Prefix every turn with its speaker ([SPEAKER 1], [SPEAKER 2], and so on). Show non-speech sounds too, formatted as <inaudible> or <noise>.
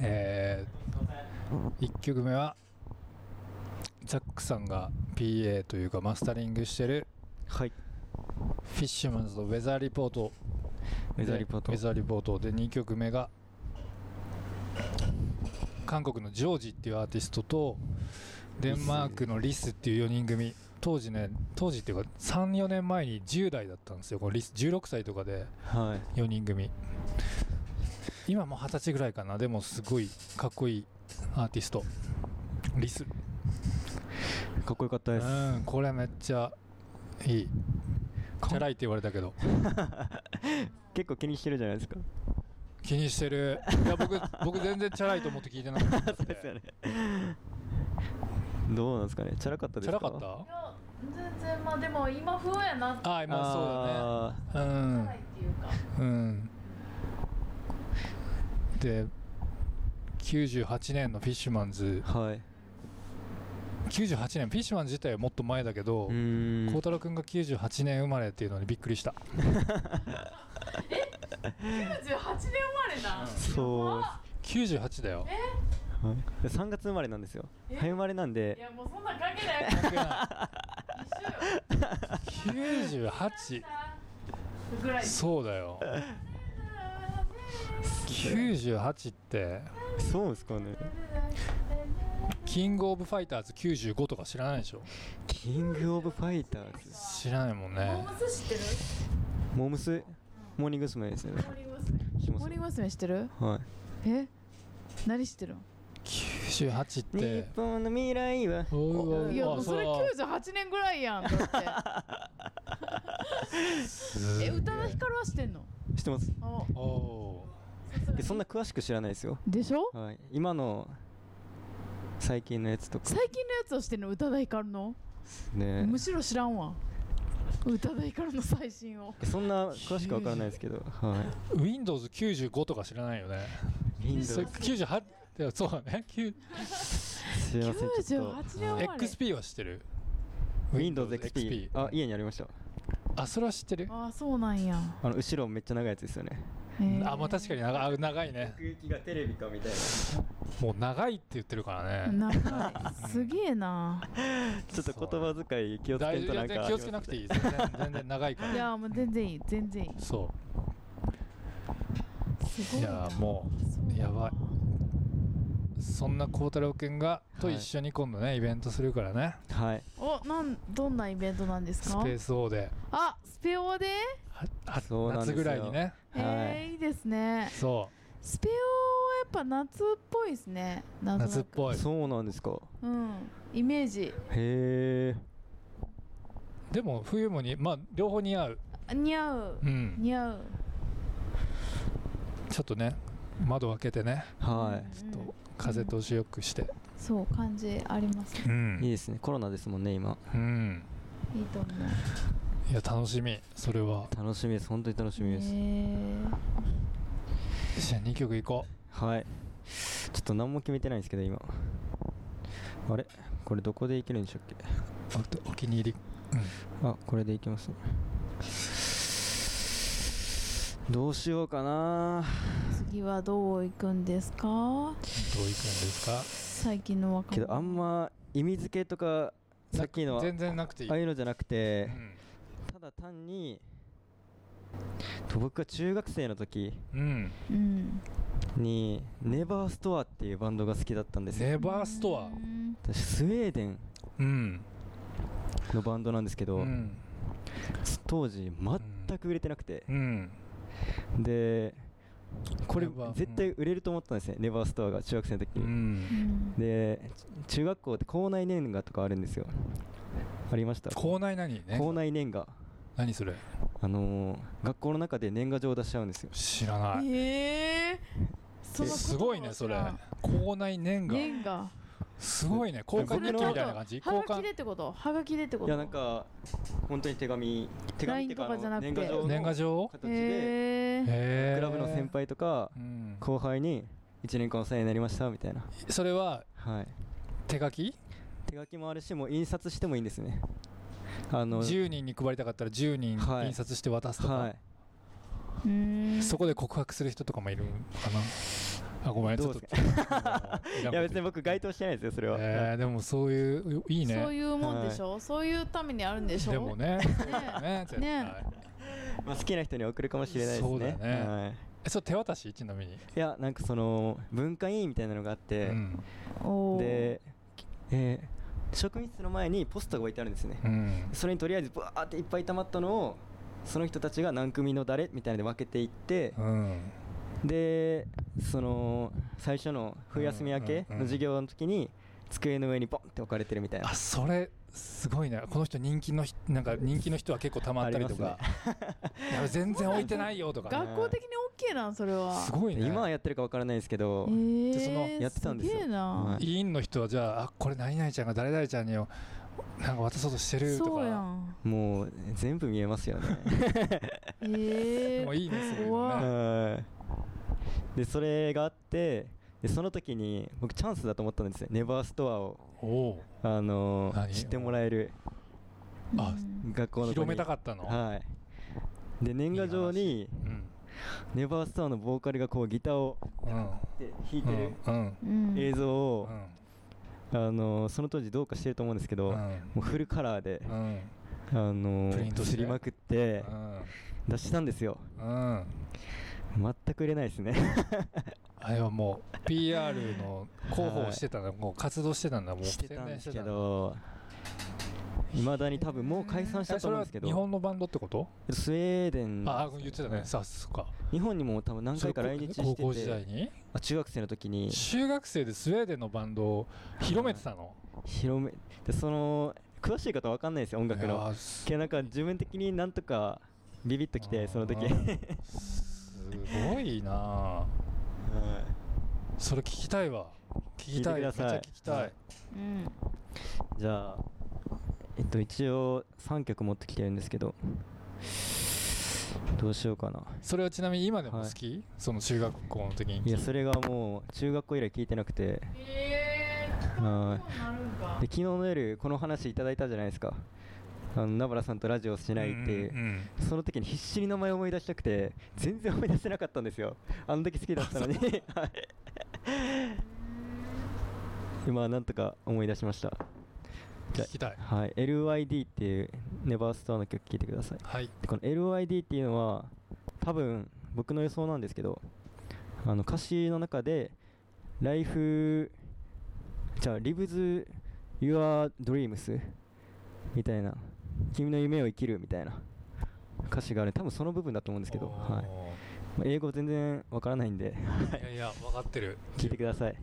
[SPEAKER 1] えー、1曲目はザックさんが PA というかマスタリングしてる
[SPEAKER 2] はい
[SPEAKER 1] フィッシュマンズのウェザーリポート
[SPEAKER 2] ウェザーリポート
[SPEAKER 1] ウェザーリポートで2曲目が韓国のジョージっていうアーティストとデンマークのリスっていう4人組当時ね当時っていうか34年前に10代だったんですよこのリス16歳とかで
[SPEAKER 2] はい
[SPEAKER 1] 4人組今もう二十歳ぐらいかなでもすごいかっこいいアーティストリス
[SPEAKER 2] かっこよかったです
[SPEAKER 1] うんこれめっちゃいいチャラいって言われたけど
[SPEAKER 2] 結構気にしてるじゃないで
[SPEAKER 1] <laughs>
[SPEAKER 2] すか
[SPEAKER 1] 気にしてるいや
[SPEAKER 2] <laughs>
[SPEAKER 1] 僕僕全然チャラいと思って聞いてなかったん
[SPEAKER 2] そうですよねどうなんですかねチャラかったで
[SPEAKER 1] チ
[SPEAKER 2] す
[SPEAKER 1] ャ
[SPEAKER 2] か
[SPEAKER 1] ラかっ
[SPEAKER 3] い
[SPEAKER 1] た
[SPEAKER 3] や全然まあでも今風やなって
[SPEAKER 1] ああまあ
[SPEAKER 2] あ
[SPEAKER 1] そうだ
[SPEAKER 3] 辛い
[SPEAKER 1] ね
[SPEAKER 3] っていうか、
[SPEAKER 1] うんうんで98年のフィッシュマンズ
[SPEAKER 2] ーはい
[SPEAKER 1] 98年フィッシュマンズ自体はもっと前だけど
[SPEAKER 2] うーん
[SPEAKER 1] 孝太郎君が98年生まれっていうのにびっくりした
[SPEAKER 3] 98年生まれな、
[SPEAKER 2] そうで
[SPEAKER 1] 98だよ
[SPEAKER 2] す、はい、で3月生まれなんですよ
[SPEAKER 3] え
[SPEAKER 2] 早生まれなん
[SPEAKER 3] い
[SPEAKER 2] で
[SPEAKER 3] やもうそんなん関係ない
[SPEAKER 1] 関係な
[SPEAKER 3] 一緒よ
[SPEAKER 1] い98
[SPEAKER 3] ぐらい
[SPEAKER 1] そうだよ98って
[SPEAKER 2] そうですかね
[SPEAKER 1] キングオブファイターズ95とか知らないでしょ
[SPEAKER 2] キングオブファイターズ
[SPEAKER 1] 知らないもんね
[SPEAKER 3] モームス知ってる
[SPEAKER 2] モームスモーニング娘。ですよね
[SPEAKER 3] モーニング娘。
[SPEAKER 2] します
[SPEAKER 3] モーニング娘。知ってる
[SPEAKER 2] はい
[SPEAKER 3] え何知ってるの
[SPEAKER 1] 98っ
[SPEAKER 2] 日
[SPEAKER 1] て
[SPEAKER 2] 本の未来は
[SPEAKER 1] おうおう
[SPEAKER 3] いやもう
[SPEAKER 1] あ
[SPEAKER 3] それ
[SPEAKER 1] は
[SPEAKER 3] 98年ぐらいやんだっ
[SPEAKER 1] すげ
[SPEAKER 3] てえ
[SPEAKER 1] え
[SPEAKER 3] 宇多田ヒカルは知ってんの
[SPEAKER 2] 知ってます
[SPEAKER 3] お
[SPEAKER 1] おう
[SPEAKER 2] でそんな詳しく知らないですよ
[SPEAKER 3] でしょ
[SPEAKER 2] はい今の最近のやつとか
[SPEAKER 3] 最近のやつをしてんの宇多田ヒカルの
[SPEAKER 2] ね
[SPEAKER 3] むしろ知らんわ宇多田ヒカルの最新を
[SPEAKER 2] そんな詳しくわからないですけどは
[SPEAKER 1] Windows95 とか知らないよね
[SPEAKER 2] いインド
[SPEAKER 1] そ
[SPEAKER 2] す
[SPEAKER 1] れ98でもそうだね9
[SPEAKER 2] いませんちょ
[SPEAKER 3] 98
[SPEAKER 2] っ
[SPEAKER 3] 年生まれ
[SPEAKER 1] XP は知ってる
[SPEAKER 2] と Windows XP あ家にありました
[SPEAKER 1] あそれは知ってる
[SPEAKER 3] ああそうなんや
[SPEAKER 2] あの後ろめっちゃ長いやつですよね
[SPEAKER 1] あまあ確かに長あ長いね
[SPEAKER 2] 空気がテレビかみたいな
[SPEAKER 1] もう長いって言ってるからね
[SPEAKER 3] 長いすげえな
[SPEAKER 2] ちょっと言葉遣い気をつけ
[SPEAKER 1] 大
[SPEAKER 2] ん
[SPEAKER 1] 丈
[SPEAKER 2] と
[SPEAKER 1] 夫
[SPEAKER 2] な
[SPEAKER 1] 全
[SPEAKER 2] ん
[SPEAKER 1] 然
[SPEAKER 2] か
[SPEAKER 1] 気をつけなくていい全然全然長いか
[SPEAKER 3] い
[SPEAKER 1] ら
[SPEAKER 3] やもう全然いい全然いい
[SPEAKER 1] そ
[SPEAKER 3] す
[SPEAKER 1] う
[SPEAKER 3] ご
[SPEAKER 1] い
[SPEAKER 3] い
[SPEAKER 1] やも
[SPEAKER 3] そう
[SPEAKER 1] うやばいそんな孝太郎くんがと
[SPEAKER 2] はい
[SPEAKER 1] 一緒に今度ねイベントするからね
[SPEAKER 2] はい
[SPEAKER 3] おなんどんなイベントなんです
[SPEAKER 1] ス
[SPEAKER 3] か
[SPEAKER 1] ペースオーで
[SPEAKER 3] あスペオで
[SPEAKER 1] はは
[SPEAKER 2] そうなんです
[SPEAKER 1] 夏
[SPEAKER 2] よ
[SPEAKER 1] ぐらいにね
[SPEAKER 2] は
[SPEAKER 3] えー
[SPEAKER 2] い
[SPEAKER 3] いいですね
[SPEAKER 1] そ
[SPEAKER 3] スペオはやっぱ夏っぽいですねな
[SPEAKER 1] うん
[SPEAKER 3] となく
[SPEAKER 1] 夏っぽい
[SPEAKER 2] そうなんですか
[SPEAKER 3] うんイメージ
[SPEAKER 2] へえ
[SPEAKER 1] でも冬もにまあ両方似合う
[SPEAKER 3] あ似合う
[SPEAKER 1] うん
[SPEAKER 3] 似合う
[SPEAKER 1] ちょっとね窓開けてね
[SPEAKER 2] は
[SPEAKER 3] ちょっ
[SPEAKER 1] と風通しよくして
[SPEAKER 3] そう感じあります
[SPEAKER 1] う
[SPEAKER 3] ね
[SPEAKER 1] ん
[SPEAKER 2] いいいですねコロナですもんね今
[SPEAKER 1] うん
[SPEAKER 3] いいと思う
[SPEAKER 1] いや楽しみそれは
[SPEAKER 2] 楽しみです本当に楽しみです
[SPEAKER 3] えー
[SPEAKER 1] じゃあ2曲いこう
[SPEAKER 2] はいちょっと何も決めてないんですけど今あれこれどこでいけるんでしたっけ
[SPEAKER 1] あとお気に入り
[SPEAKER 2] あこれでいきますねどうしようかな
[SPEAKER 3] 次はどう行くんですか
[SPEAKER 1] どういくんですか
[SPEAKER 3] 最近の若
[SPEAKER 2] けどあんま意味付けとかさっきの
[SPEAKER 1] な
[SPEAKER 2] あ
[SPEAKER 1] 全然なくていい
[SPEAKER 2] あいうのじゃなくて
[SPEAKER 1] うん
[SPEAKER 2] ただ単にと僕が中学生の時
[SPEAKER 1] うん
[SPEAKER 3] うん
[SPEAKER 2] にネバーストアっていうバンドが好きだったんですよ
[SPEAKER 1] ネバーストア
[SPEAKER 3] うん
[SPEAKER 2] 私スウェーデン
[SPEAKER 1] うん
[SPEAKER 2] のバンドなんですけど、
[SPEAKER 1] うん
[SPEAKER 2] 当時全く売れてなくて
[SPEAKER 1] う、ん
[SPEAKER 2] でこれ
[SPEAKER 1] ネバー
[SPEAKER 2] 絶対売れると思ったんですね、ネバーストアが中学生の時
[SPEAKER 1] う
[SPEAKER 2] に、
[SPEAKER 1] ん
[SPEAKER 2] でち中学校って校内年賀とかあるんですよありました
[SPEAKER 1] 校内何ね
[SPEAKER 2] 校内年賀
[SPEAKER 1] 何それ
[SPEAKER 2] あのー学校の中で年賀状を出しちゃうんですよ
[SPEAKER 1] 知らない
[SPEAKER 3] ええその言葉は知らん
[SPEAKER 1] すごいねそれ校内年賀
[SPEAKER 3] 年賀
[SPEAKER 1] すごいね交換日記みたいな感じ
[SPEAKER 3] は
[SPEAKER 1] 交
[SPEAKER 3] がきで
[SPEAKER 1] 換
[SPEAKER 3] ってことはがきでってこと
[SPEAKER 2] いやなんか本当に手紙手紙っていうか
[SPEAKER 3] LINE とかじゃ
[SPEAKER 2] あの
[SPEAKER 3] な
[SPEAKER 2] 年
[SPEAKER 3] くて
[SPEAKER 2] 賀状
[SPEAKER 1] 年賀
[SPEAKER 2] の
[SPEAKER 1] 状
[SPEAKER 2] 形で
[SPEAKER 3] へえ
[SPEAKER 1] へえ
[SPEAKER 2] クラブの先輩とか
[SPEAKER 1] うん
[SPEAKER 2] 後輩に1年間お世話になりましたみたいな
[SPEAKER 1] それは
[SPEAKER 2] はい
[SPEAKER 1] 手書き
[SPEAKER 2] 手書きもあるしもう印刷してもいいんですねあの
[SPEAKER 1] 10人に配りたかったら10人
[SPEAKER 2] はい
[SPEAKER 1] 印刷して渡すと
[SPEAKER 2] は
[SPEAKER 1] か
[SPEAKER 2] い
[SPEAKER 3] うん
[SPEAKER 1] そこで告白する人とかもいるのかなあごめんち
[SPEAKER 2] ど
[SPEAKER 1] ょ
[SPEAKER 2] う
[SPEAKER 1] っ
[SPEAKER 2] で
[SPEAKER 1] と
[SPEAKER 2] す
[SPEAKER 1] い
[SPEAKER 2] いや別に僕該当してないですよそれは、
[SPEAKER 1] えーでもそういういいね
[SPEAKER 3] そういうもんでしょ、そういうためにあるんでしょ
[SPEAKER 1] でも
[SPEAKER 3] <laughs>
[SPEAKER 1] ね
[SPEAKER 2] <laughs>
[SPEAKER 3] ね
[SPEAKER 1] ね絶対
[SPEAKER 3] ね
[SPEAKER 2] まあ、好きな人に送るかもしれないですね
[SPEAKER 1] そうだよね
[SPEAKER 2] はい
[SPEAKER 1] えそれ手渡しちなみに、
[SPEAKER 2] いやなんかその文化委員みたいなのがあって、
[SPEAKER 1] うん
[SPEAKER 3] おー
[SPEAKER 2] で、えー職員室の前にポスターが置いてあるんですね、
[SPEAKER 1] うん
[SPEAKER 2] それにとりあえずブワーっていっぱい溜まったのをその人たちが何組の誰みたいなので分けていって、
[SPEAKER 1] うん
[SPEAKER 2] でその最初の冬休み明けの授業の時に机の上にポンって置かれてるみたいな
[SPEAKER 1] あそれすごいねこの人人気のひなんか人気の人は結構たまったりとか、
[SPEAKER 2] あり
[SPEAKER 1] いや全然置いてないよとか
[SPEAKER 3] 学校的に OK なんそれは
[SPEAKER 1] すごいね
[SPEAKER 2] 今はやってるか分からないですけど、
[SPEAKER 3] えー、
[SPEAKER 1] でその
[SPEAKER 2] やってたんですよ
[SPEAKER 3] げえな、
[SPEAKER 2] はい
[SPEAKER 1] 委員の人はじゃああこれ何々ちゃんが誰々ちゃんにをなんか渡そうとしてると
[SPEAKER 3] そうや
[SPEAKER 1] か
[SPEAKER 3] ん
[SPEAKER 2] もう全部見えますよね
[SPEAKER 3] ええ
[SPEAKER 1] もういいねそういうの
[SPEAKER 3] 怖
[SPEAKER 1] ね
[SPEAKER 2] はいでそれがあってでその時に僕チャンスだと思ったんですよネバーストアを、
[SPEAKER 1] おお
[SPEAKER 2] あのー
[SPEAKER 1] 何
[SPEAKER 2] 知ってもらえる
[SPEAKER 1] あ
[SPEAKER 3] 啊
[SPEAKER 2] 学校の子に
[SPEAKER 1] 広めたかったの、
[SPEAKER 2] はいで年賀状に
[SPEAKER 1] うん
[SPEAKER 2] ネバーストアのボーカルがこうギターを
[SPEAKER 1] うん
[SPEAKER 2] で弾いて
[SPEAKER 1] う
[SPEAKER 2] る
[SPEAKER 1] んうん
[SPEAKER 3] うん
[SPEAKER 2] 映像
[SPEAKER 1] う
[SPEAKER 2] を、
[SPEAKER 1] ん
[SPEAKER 2] あのーその当時どうかしてると思うんですけど、
[SPEAKER 1] う
[SPEAKER 2] も
[SPEAKER 1] ん
[SPEAKER 2] うフルカラーで、
[SPEAKER 1] うん
[SPEAKER 2] あの
[SPEAKER 1] プリントして
[SPEAKER 2] すりまくって
[SPEAKER 1] う
[SPEAKER 2] 出したんですよ
[SPEAKER 1] んうん
[SPEAKER 2] 全く売れないで
[SPEAKER 1] <laughs>
[SPEAKER 2] すね
[SPEAKER 1] あれはもう PR の広報をしてたんだ、もう活動してたんだもう
[SPEAKER 2] してたんですけ
[SPEAKER 1] 宣伝してたんだ
[SPEAKER 2] どいまだに多分もう解散した
[SPEAKER 1] え
[SPEAKER 2] と
[SPEAKER 1] それ
[SPEAKER 2] 思うん
[SPEAKER 1] は
[SPEAKER 2] ですけ
[SPEAKER 1] 日
[SPEAKER 2] ど
[SPEAKER 1] 本のバンドってこと、
[SPEAKER 2] スウェーデン
[SPEAKER 1] ああ言ってたね
[SPEAKER 2] はい
[SPEAKER 1] さすが
[SPEAKER 2] 日本にも多分何回か来日してて
[SPEAKER 1] 高校時代に
[SPEAKER 2] あ中学生の時に
[SPEAKER 1] 中学生でスウェーデンのバンドを広めてたの
[SPEAKER 2] 広めでその詳しい方わかんないですよ音楽
[SPEAKER 1] いや
[SPEAKER 2] の
[SPEAKER 1] ーす
[SPEAKER 2] けどなんか自分的になんとかビビッとき
[SPEAKER 1] あ
[SPEAKER 2] て
[SPEAKER 1] ー
[SPEAKER 2] その時
[SPEAKER 1] すごいなあ
[SPEAKER 2] は
[SPEAKER 1] それ聞きたいわ聞きたい
[SPEAKER 2] 聞いてください
[SPEAKER 1] めっちゃ聞きたい、
[SPEAKER 2] はい
[SPEAKER 3] うん
[SPEAKER 2] い <laughs> じゃあえっと一応3曲持ってきてるんですけどどうしようかな
[SPEAKER 1] それはちなみに今でも好き、その中学校の時に
[SPEAKER 2] いやそれがもう中学校以来聞いてなくて
[SPEAKER 3] え
[SPEAKER 2] は
[SPEAKER 3] ー、そうなるんか
[SPEAKER 2] いで昨日の夜この話いただいたじゃないですかあの名原さんとラジオしないっていう、
[SPEAKER 1] うんうんうん
[SPEAKER 2] その時に必死に名前を思い出したくて全然思い出せなかったんですよあの時好きだったのにはい今なんとか思い出しましたじゃ
[SPEAKER 1] 聞きたい
[SPEAKER 2] あはい LYD っていうネバーストアの曲聴いてください
[SPEAKER 1] はい
[SPEAKER 2] でこの LYD っていうのは多分僕の予想なんですけどあの歌詞の中で「ライフじゃあ Lives Your Dreams」みたいな「君の夢を生きる」みたいな歌詞がある多分その部分だと思うんですけど、
[SPEAKER 1] お
[SPEAKER 2] はい
[SPEAKER 1] ー
[SPEAKER 2] まあ英語全然わからないんで
[SPEAKER 1] いやいや分かってる
[SPEAKER 2] 聞いてください